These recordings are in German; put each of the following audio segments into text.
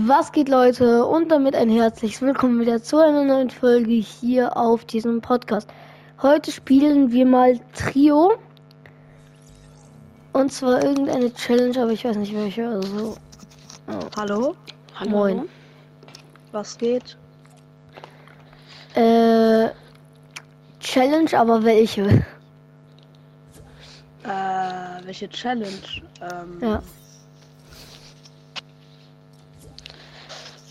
Was geht Leute und damit ein herzliches Willkommen wieder zu einer neuen Folge hier auf diesem Podcast. Heute spielen wir mal Trio und zwar irgendeine Challenge, aber ich weiß nicht welche. Also Hallo? Hallo? Moin. Was geht? äh, Challenge, aber welche? Äh, welche Challenge? Ähm, Ja.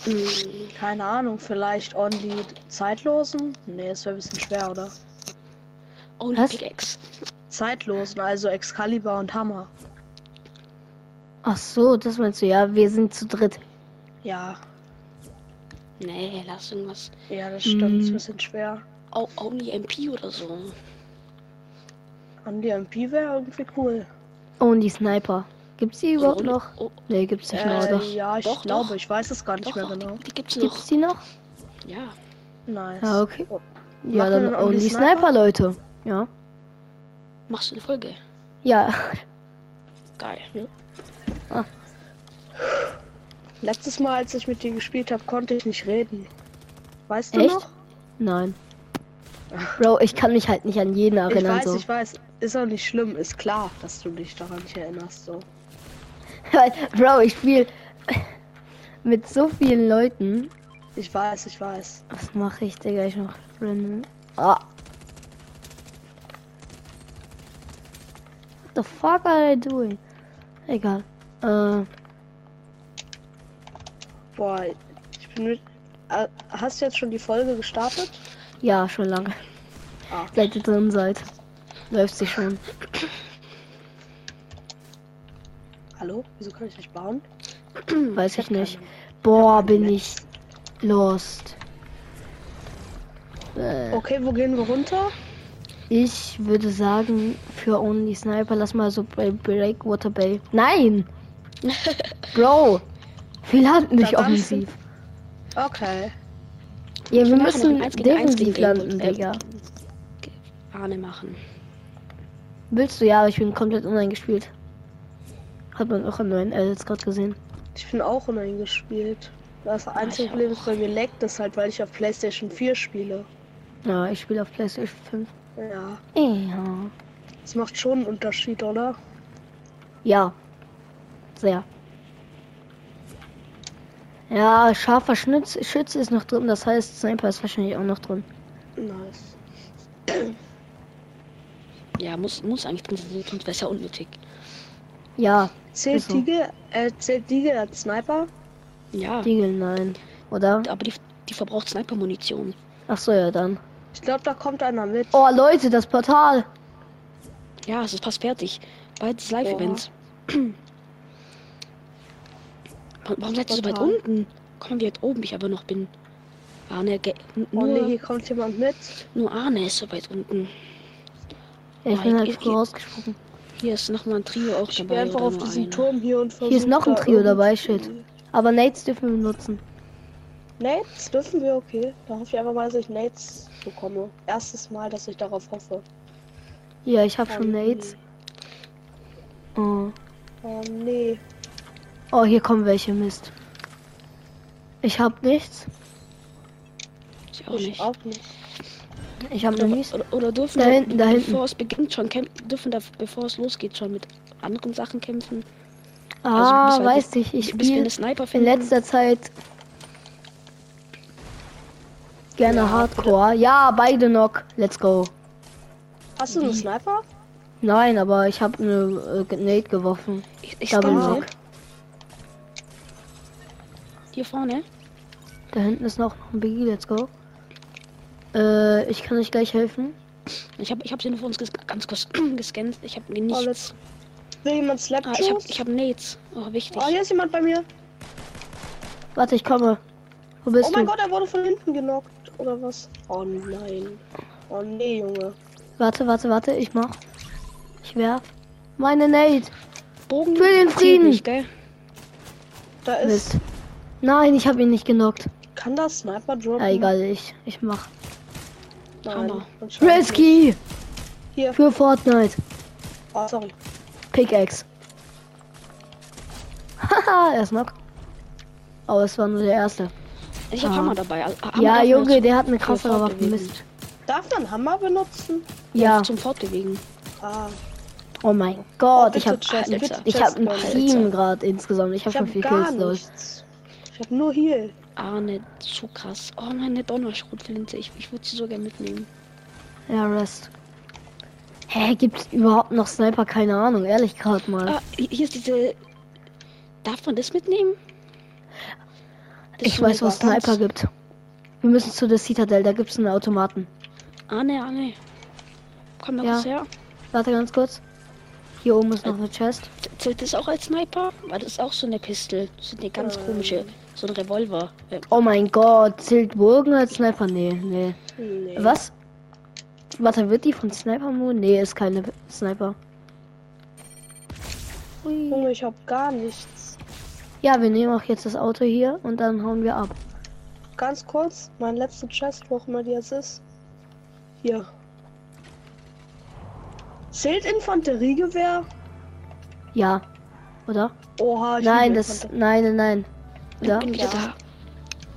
Mm, mh, keine Ahnung, vielleicht Only Zeitlosen? Nee, das wäre ein bisschen schwer, oder? Only Was? Pickaxe. Zeitlosen, also Excalibur und Hammer. Ach so, das meinst du? Ja, wir sind zu dritt. Ja, Nee, lass irgendwas. ja, das stimmt, ist Mm. ein bisschen schwer. O Only MP oder so. Only MP wäre irgendwie cool. Oh, und die Sniper. Gibt's die überhaupt Only- noch? Oh, Ne, gibt's nicht mehr. Äh, Oder? ja, ich Doch, glaube, doch. ich weiß es gar nicht doch, mehr doch, genau. die, die gibt's noch. Gibt's die noch? Ja. Nice. Ja, Ah, okay. Oh, Ja, Machen wir dann dann Only Only Sniper? Sniper, Leute. Ja. Machst du eine Folge. Ja. Geil. Ne? Letztes Mal, als ich mit dir gespielt habe, konnte ich nicht reden. Weißt du Echt? noch? Nein. Bro, ich kann mich halt nicht an jeden Ich erinnern, weiß, so. ich weiß. Ist auch nicht schlimm, ist klar, dass du dich daran nicht erinnerst. So. Weil, Halt, Bro, ich spiele mit so vielen Leuten. Ich weiß, ich weiß. Was mache ich, Digga? Ich mache Random. Ah. What the fuck are they doing? Egal. Äh, Boah, ich bin mit. Äh, Hast du jetzt schon die Folge gestartet? ja, schon lange. Ah. Seit ihr drin seid. Läuft sie schon. Hallo? Wieso kann ich nicht bauen? Weiß ich hab keine. nicht. Boah, bin ich lost. Äh, Okay, wo gehen wir runter? Ich würde sagen, für Only Sniper, lass mal so bei Breakwater Bay. Nein! Bro! Wir landen nicht Da tanzen. offensiv. Okay. Ja, wir machen müssen ein Eins gegen Eins defensiv gegen landen, Gameboy. Digga. Ahne machen. Willst du ja, aber ich bin komplett online gespielt. Hat man auch in neuen Edits gerade gesehen. Ich bin auch online gespielt. Das einzige ich Problem ist, bei mir leckt das halt, weil ich auf PlayStation 4 spiele. Ja, ich spiele auf PlayStation 5. Ja. Ja. Das macht schon einen Unterschied, oder? Ja. Sehr. Ja, scharfer Schnitz, Schütze ist noch drin, das heißt, Sniper ist wahrscheinlich auch noch drin. Nice. Ja, muss, muss eigentlich drin sein, sonst wäre ja unnötig. Ja, Zählt, Ist so. Diegel, äh, zählt Diegel als Sniper? Ja. Diegel, nein. Oder? Aber die, die verbraucht Sniper-Munition. Ach so, ja, dann. Ich glaube, da kommt einer mit. Oh, Leute, das Portal. Ja, es ist fast fertig. Beides Live-Events. Warum warum seid ihr so weit Total. unten? Komm, wie weit oben ich aber noch bin. Arne, ge- Oh nee, nur, hier kommt jemand mit. nur Arne ist so weit unten. Ja, ich bin Mike, halt ich- früh rausgesprungen. Hier ist nochmal ein Trio auch Ich bin dabei. einfach oder auf nur diesem einer? Turm hier und versuche. Hier ist noch ein Trio dabei, shit. Aber Nates dürfen wir benutzen. Nates dürfen wir, okay. Da hoffe ich einfach mal, dass ich Nates bekomme. Erstes Mal, dass ich darauf hoffe. Ja, ich hab Oh, schon Nates. Oh. Oh nee. oh, hier kommen welche, Mist. Ich hab nichts. Ich auch ich nicht. auch nicht. Ich hab noch Oder, nichts. oder, oder dürfen Da wir, hinten, da hinten. bevor es beginnt schon kämpfen, dürfen da, bevor es losgeht schon mit anderen Sachen kämpfen. Ah, bis wir- weiß nicht. Ich bis wir spiele eine Sniper in finden. letzter Zeit gerne Hardcore. Ja, beide Knock. Let's go. Hast Mhm. du einen Sniper? Nein, aber ich hab eine äh, Nate geworfen. Ich, ich Double stand Knock. hier vorne. Da hinten ist noch ein Biggie, let's go. Äh, ich kann euch gleich helfen. Ich habe ich hab den vor uns ges ganz kurz gescannt. Ich habe Oh, nichts. let's- Will jemand Ah, ich habe Slapshot? ich hab Nates. Oh, wichtig. Oh, hier ist jemand bei mir. Warte, ich komme. Wo bist oh mein du? Gott, er wurde von hinten genockt. Oder was? Oh nein. Oh nee, Junge. Warte, warte, warte, ich mach. Ich werf. Meine Nate. Bogen Für den zählt Frieden. Nicht, gell? Da ist. Mist. Nein, ich habe ihn nicht genockt. Kann da Sniper droppen? Ja, egal, ich, ich mach. Nein, Hammer. anscheinend nicht. Risky! Hier. Für Fortnite. Oh, sorry. Pickaxe. Haha, er ist knock. Aber Oh, es war nur der erste. Ich habe Ah. Hammer dabei. Also, Hammer ja, darf man Junge, zum- der hat eine zum krassere Waffe. Fortbewegen. Mist. Darf man Hammer benutzen? Ja. Zum Fortbewegen. Ah, Oh mein Gott, ich bitte habe Chest, bitte ich Chest habe ein Burn. Team gerade insgesamt. Ich habe ich schon hab vier gar Kills, lol. nichts. Ich hab nur Heal. Ah, ne, zu krass. Oh, meine Donnerschrotflinte. Ich, ich würde sie so gerne mitnehmen. Ja, Rest. Hä, gibt's überhaupt noch Sniper? Keine Ahnung, ehrlich gerade mal. Ah, hi- hier ist diese. Darf man das mitnehmen? Das ist ich so weiß, eine wo es Sniper Vakanz. gibt. Wir müssen zu der Citadel, da gibt's einen Automaten. Ah, ne, ah, ne. Komm mal Ja. kurz her. Warte ganz kurz. Hier oben ist noch eine Chest. Z- Zählt das auch als Sniper? Weil das ist auch so eine Pistole. So eine ganz Ähm. komische. So ein Revolver. Äh, Oh mein Gott, zählt Burgen als Sniper? Nee, nee. Nee. Was? Warte, wird die von Sniper Moon? Nee, ist keine Sniper. Ui. Junge, ich hab gar nichts. Ja, wir nehmen auch jetzt das Auto hier und dann hauen wir ab. Ganz kurz, mein letzter Chest, wo auch immer die jetzt ist. Hier. Zählt Infanteriegewehr? Ja. Oder? Oha, ich Nein, liebe das. Infanter- Nein, nein, nein. ich Ja. bin wieder Ja. da. Nee,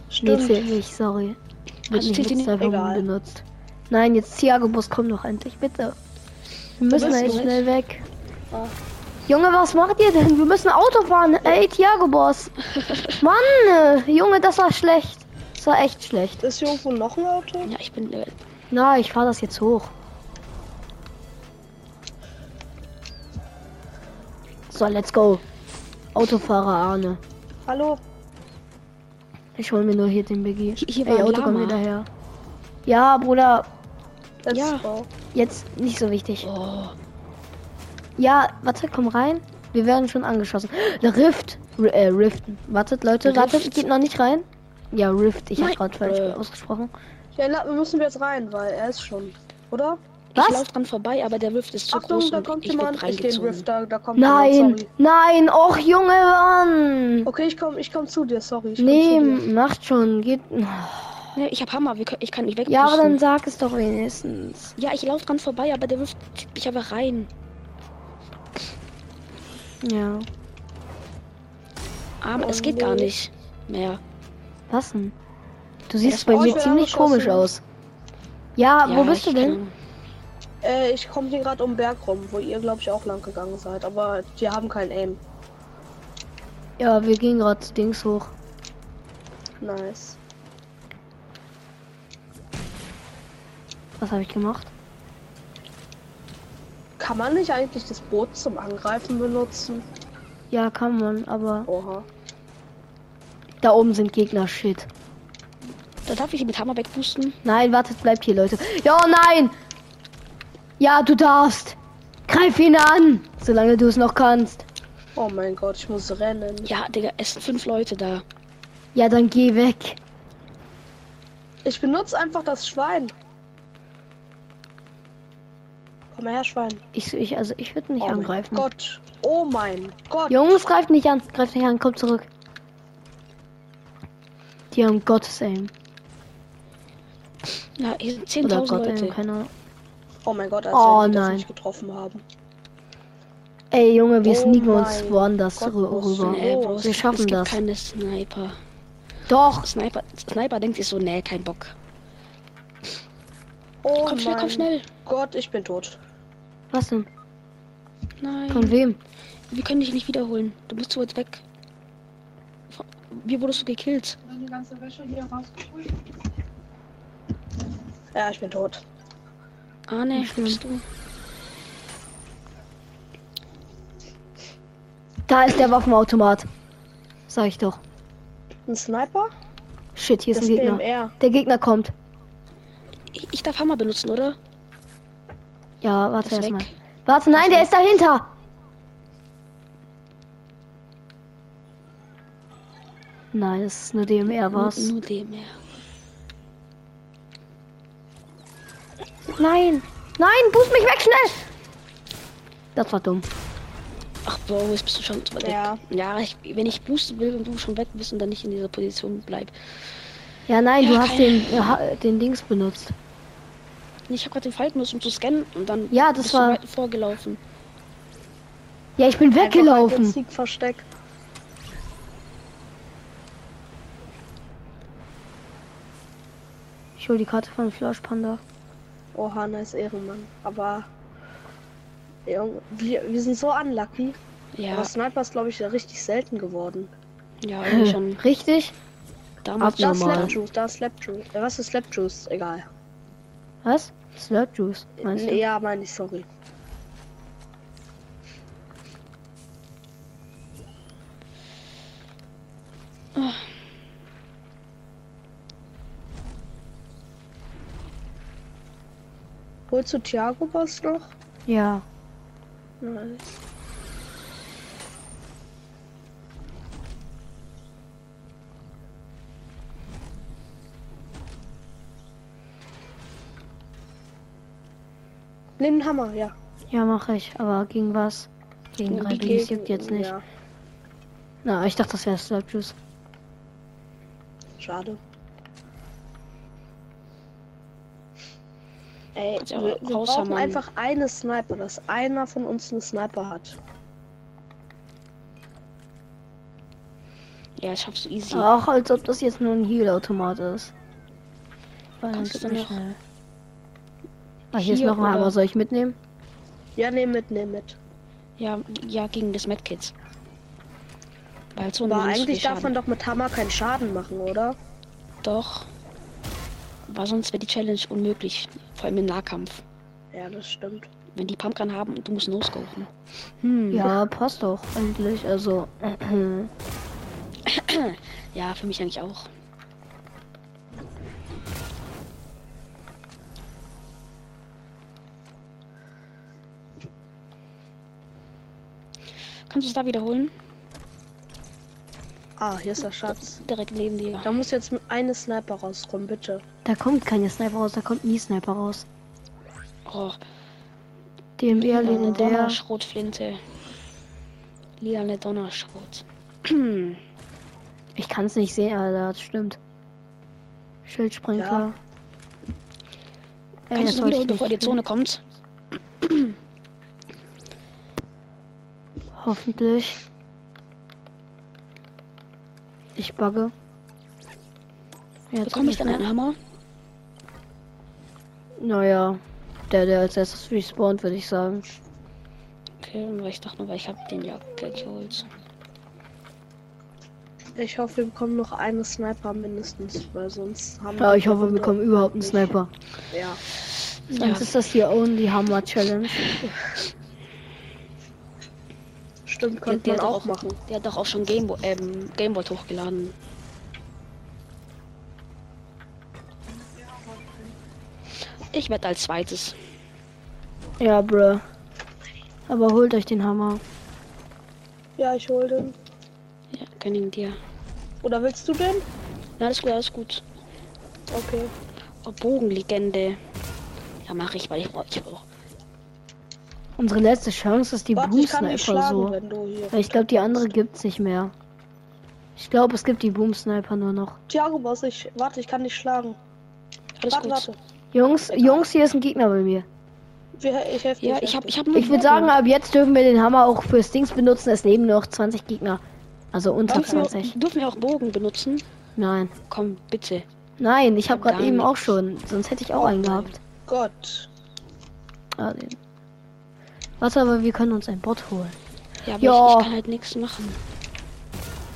Stimmt. zählt nicht, sorry. Wird Also nicht zählt die mit nicht? Sniper Moon Egal. benutzt. Nein, jetzt Thiago Bus, komm doch endlich, bitte. Wir Wo müssen bist da jetzt du? schnell weg. Ah. Junge, was macht ihr denn? Wir müssen Auto fahren. Ey, Thiago Boss. Mann, äh, Junge, das war schlecht. Das war echt schlecht. Ist hier irgendwo noch ein Auto? Ja, ich bin. Äh, Na, ich fahr das jetzt hoch. So, let's go. Autofahrer Arne. Hallo? Ich hol mir nur hier den Biggie. Hier- hier war Ey, ein Auto kommt Lama. wieder her. Ja, Bruder, Let's Ja. go. jetzt nicht so wichtig. oh. Ja, warte, komm rein. Wir werden schon angeschossen. Der Rift. R äh, Riften. Wartet, Leute, Rift. wartet, geht noch nicht rein. Ja, Rift. Ich habe Nein. gerade falsch Äh. ausgesprochen. Ja, na, wir müssen jetzt rein, weil er ist schon. Oder? Was? Ich laufe dran vorbei, aber der Rift ist zu Achtung, groß da und kommt ich bin jemand. Ich den reingezogen. Rift, da, da kommt Nein, jemand. Sorry. nein, och Junge, Mann. Oh, Okay, ich komm, ich komm zu dir, sorry. Ich komm Nee, zu dir. macht schon. Geht. Ja, ich habe Hammer, wir können, ich kann nicht weg. Ja, aber dann sag es doch wenigstens. ja, ich laufe dran vorbei, aber der Rift zieht mich einfach rein. Ja. Aber Oh, das geht gar nee. nicht mehr. Was denn? Du siehst das bei brauch ich mir mir ziemlich angeschossen. komisch aus. Ja, wo Ja, bist du ich denn? kann- Äh, ich komme hier gerade um den Berg rum, wo ihr, glaube ich, auch lang gegangen seid. Aber die haben kein Aim. Ja, wir gehen gerade Dings hoch. Nice. Was habe ich gemacht? Kann man nicht eigentlich das Boot zum Angreifen benutzen? Ja, kann man, aber Oha. da oben sind Gegner. Shit. Da darf ich ihn mit Hammer wegpusten. Nein, wartet, bleibt hier, Leute. Ja, nein! Ja, du darfst! Greif ihn an! Solange du es noch kannst. Oh mein Gott, ich muss rennen. Ja, Digga, es sind fünf Leute da. Ja, dann geh weg. Ich benutze einfach das Schwein. Komm her, Schwein. Ich, ich also ich würde nicht oh angreifen. Mein Gott. Oh mein Gott. Jungs, greift nicht an, greift nicht an, kommt zurück. Die haben Gottes Aim. Ja, hier sind Oder 10.000 Gott Aim, Leute. keine Ahnung. Oh mein Gott, als Oh wenn die nein. das nicht getroffen haben. Ey, Junge, wir Oh sneaken uns mein woanders Gott, oh, rü- wo sind rüber. wir? Nee, Bro, es- Wir schaffen es gibt das. keine Sniper. Doch, Sniper. Sniper denkt sich so, nee, kein Bock. Oh komm schnell, mein komm schnell. Gott, ich bin tot. was denn? Nein. Von wem? Wir können dich nicht wiederholen. Du bist zu weit weg. Von- Wie wurdest du gekillt? Ja, ich bin tot. Ah, nee, Nicht schlimm. bist du. Da ist der Waffenautomat. Sag ich doch. Ein Sniper? Shit, hier ist Das ein Gegner. BMR. Der Gegner kommt. Ich, ich darf Hammer benutzen, oder? Ja, warte Ist weg. erstmal. Warte, nein, der ist dahinter. Nein, es ist nur DMR, was? Nur, nur dem, ja. Nein, nein, boost mich weg, schnell! Das war dumm. Ach, Bro, jetzt bist du schon zu weit Ja. weg. Ja, ich, wenn ich boosten will und du schon weg bist und dann nicht in dieser Position bleib. Ja, nein, Ja, du hast keine- den, äh, ha- den Dings benutzt. Nee, Ich habe gerade den Falken benutzt, um zu scannen und dann Ja, das bist du war- weit vorgelaufen. Ja, ich bin Einfach halt den weggelaufen. Sieg versteckt. Ich hol die Karte von Flash Panda. Oh, Hanna ist Ehrenmann. Aber. Junge, wir, wir sind so unlucky. Ja, Aber Sniper ist, glaube ich, richtig selten geworden. ja, irgendwie schon Richtig? damals. Da ist Normal. Slapjuice, da ist Slapjuice. Äh, was ist Slapjuice? Egal. Was? Slurp Juice. Meinst Nee, ja, meine ich, sorry. Holst du Thiago was noch? du? Ja. Nein. Nimm den Hammer, ja. Ja, mache ich. Aber gegen was? Gegen Die Rebi. Das gegen- juckt jetzt nicht. Ja, Na, ich dachte, das wäre Slurp Juice. schade. Ey, Kannst ja wir, auch wir raushammern. brauchen einfach eine Sniper, dass einer von uns einen Sniper hat. Ja, das schaffst du easy. Auch als ob das jetzt nur ein Heal-Automat ist. Weil Kannst ist du so noch schnell. Ah, hier ist hier noch ein Hammer. oder- Soll ich mitnehmen? Ja, nehm mit, nehm mit. Ja, ja, gegen das Medkits. Weil so Aber nimmt so eigentlich viel darf man Schaden. doch mit Hammer keinen Schaden machen, oder? doch. Weil sonst wäre die Challenge unmöglich. Vor allem im Nahkampf. Ja, das stimmt. Wenn die Pumpgun haben und du musst no-scopen. Hm. Ja, passt doch eigentlich. Also, Ja, für mich eigentlich auch. Kannst du es da wiederholen? Ah, hier ist der Schatz. Direkt neben dir. Da muss jetzt eine Sniper rauskommen, bitte. da kommt keine Sniper raus, da kommt nie Sniper raus. Oh, DMR eine legendär. Donnerschrotflinte. Lila eine Donnerschrot. Ich kann es nicht sehen, Alter, das stimmt. Schildspringer. Ey, Kannst das du wollte wieder, ich bevor die nicht. Zone kommt? Hoffentlich. Ich bugge. Jetzt Bekomme ich dann einen Hammer? Naja, der, der als erstes respawnt, würde ich sagen. Okay, aber ich dachte nur, weil ich habe den ja gleich geholt. Ich hoffe, wir bekommen noch eine Sniper mindestens, weil sonst haben Ja, ich hoffe, wir bekommen überhaupt einen Sniper. Ja. Sonst ist das hier Only Hammer Challenge. Stimmt, Der, könnte der, man hat auch auch, machen. der hat doch auch schon Gamebo ähm, Gameboard hochgeladen. Ich werde als zweites. Ja, bruh. Aber holt euch den Hammer. Ja, ich hol den. Ja, König dir. Oder willst du den? Na, alles gut, alles gut. Okay. Oh, Bogenlegende. Ja, mache ich, weil ich brauche. Ich brauch. Unsere letzte Chance ist die Warte, Boom ich kann dich Sniper schlagen, so. wenn du hier. Ich glaube, die andere gibt's nicht mehr. Ich glaube, es gibt die Boom Sniper nur noch. Thiago, Boss, ich. Warte, ich kann dich schlagen. Alles warte, gut. warte. Jungs, Jungs, hier ist ein Gegner bei mir. Wir, ich helfe dir. Ja, helf ich habe dir. ich hab nur Ich würde sagen, ab jetzt dürfen wir den Hammer auch für Stings benutzen. Es leben nur noch 20 Gegner. Also unter dürfen wir, 20. dürfen wir auch Bogen benutzen? Nein. Komm, bitte. Nein, ich habe gerade Gar eben auch nichts. schon. Sonst hätte ich auch Oh einen mein gehabt. Gott. Ah, den. Warte, aber wir können uns ein Bot holen. Ja, aber Ja. Ich, ich kann halt nichts machen.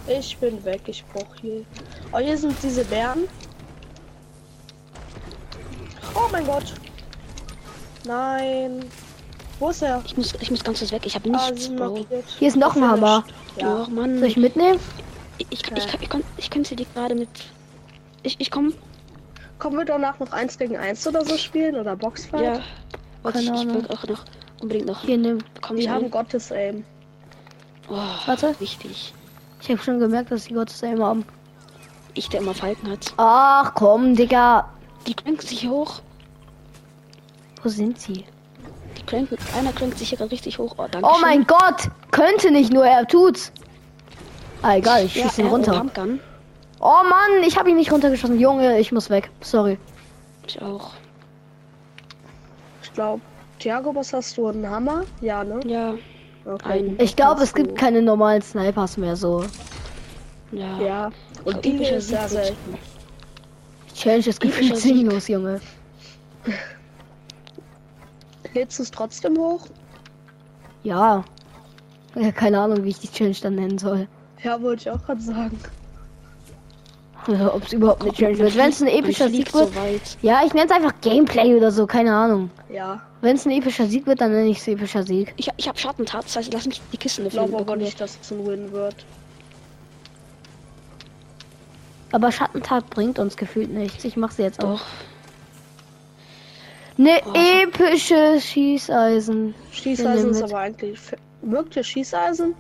Ich bin weg, ich brauche hier. Oh, hier sind diese Bären. Oh mein Gott. Nein. Wo ist er? Ich muss, ich muss ganz kurz weg. Ich habe Ah, nichts, sie sind Bro. markiert. Hier ist noch ein Gefinished. Hammer. Ja. Oh, Mann. Soll ich mitnehmen? Ich, ich, kann- ich, kann- ich, kann- ich könnte dir gerade mit. Ich, ich komme. Kommen wir danach noch eins gegen eins oder so spielen oder Boxfight? Ja. Warte, ich, Keine ich will Ahnung. auch noch unbedingt noch. Hier, nimm. Komm ich Wir haben haben. Gottes Aim. Oh, Warte. Wichtig. Ich habe schon gemerkt, dass die Gottes immer am. Ich, der immer Falken hat. Ach komm, Digga. Die crankt sich hoch. Wo sind sie? Die cranken, einer crankt sich hier gerade richtig hoch. Oh, danke Oh mein Gott! Könnte nicht nur, er tut's. Ah, egal, ich ja, schieße ihn er- runter. Pumpgun. Oh Mann, ich habe ihn nicht runtergeschossen. Junge, ich muss weg. Sorry. Ich auch. Ich glaube. Thiago, was hast du? Einen Hammer? Ja, ne? Ja, Okay. ein. Ich glaube, es Kannst du- gibt keine normalen Snipers mehr so. Ja. Ja. Und Ein die typischer ist sehr Siegfried. selten. Ich Challenge ist gefühlt Epischer Sieg. sinnlos, Junge. Lädst du es trotzdem hoch? Ja. ja. Keine Ahnung, wie ich die Challenge dann nennen soll. Ja, wollte ich auch gerade sagen. Oder Ob es überhaupt eine Challenge wird. Wenn es ein epischer Man fliegt Sieg wird. So weit. Ja, ich nenne es einfach Gameplay oder so, keine Ahnung. Ja, Wenn es ein epischer Sieg wird, dann nenne ich es epischer Sieg. Ich, ich hab Schattentat, das heißt, lass mich die Kisten ich glaube aber nicht, dass es ein Win wird. Aber Schattentat bringt uns gefühlt nichts. Ich mache sie jetzt auch. Doch. Ne Oh, epische Schießeisen. Schießeisen ist Limit. aber eigentlich. fe- Mögt ihr Schießeisen?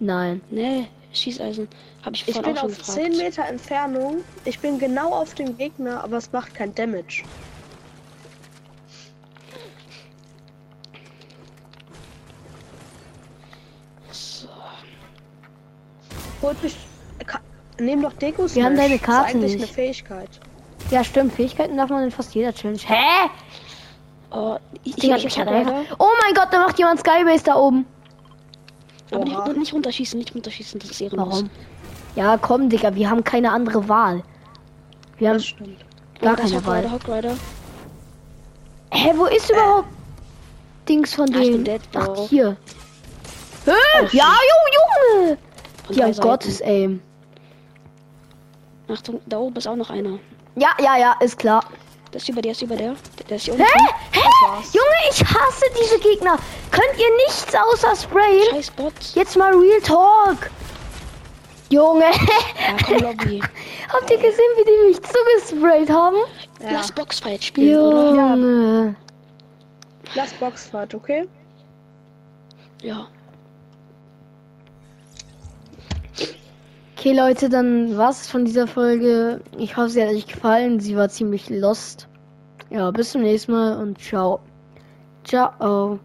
Nein. Nee, ne, Schießeisen. Hab ich Ich vorhin bin auch schon auf gefragt. 10 Meter Entfernung. Ich bin genau auf dem Gegner, aber es macht kein Damage. So. Holt mich. Ka Nehm doch Deko Wir haben deine Karte Ist eigentlich nicht. eine Fähigkeit. Ja, stimmt. Fähigkeiten darf man in fast jeder Challenge. Hä? Oh, ich, Digga, ich, ich, ich hab hatte Ärger. einfach- Oh mein Gott, da macht jemand Skybase da oben. Aber nicht, Oha. nicht runterschießen, nicht runterschießen, das ist ehrenlos. Warum? Ja, komm, Digga, wir haben keine andere Wahl. Wir haben Das stimmt. gar das keine Wahl. Hockrider, Hockrider. Hä, wo ist überhaupt Dings von Ah, ich denen? bin dead, Äh. Ach, Bro. hier. Oh, Hä? ja, jo, Junge! Von Ja, um drei Seiten. Gottes Aim. Achtung, da oben ist auch noch einer. Ja, ja, ja, ist klar. Der ist über der, ist über der. Der, der ist hier Hä? unten. Hä? war's. Junge, ich hasse diese Gegner. Könnt ihr nichts außer sprayen? Scheiß Bot. Jetzt mal Real Talk. Junge, Ja, komm, Lobby. habt ihr gesehen, wie die mich zugesprayt haben? Ja. Lass Boxfight spielen, oder? Junge. Lass Boxfight, okay? Ja. Okay, Leute, dann war's von dieser Folge. Ich hoffe, sie hat euch gefallen. Sie war ziemlich lost. Ja, bis zum nächsten Mal und ciao. Ciao.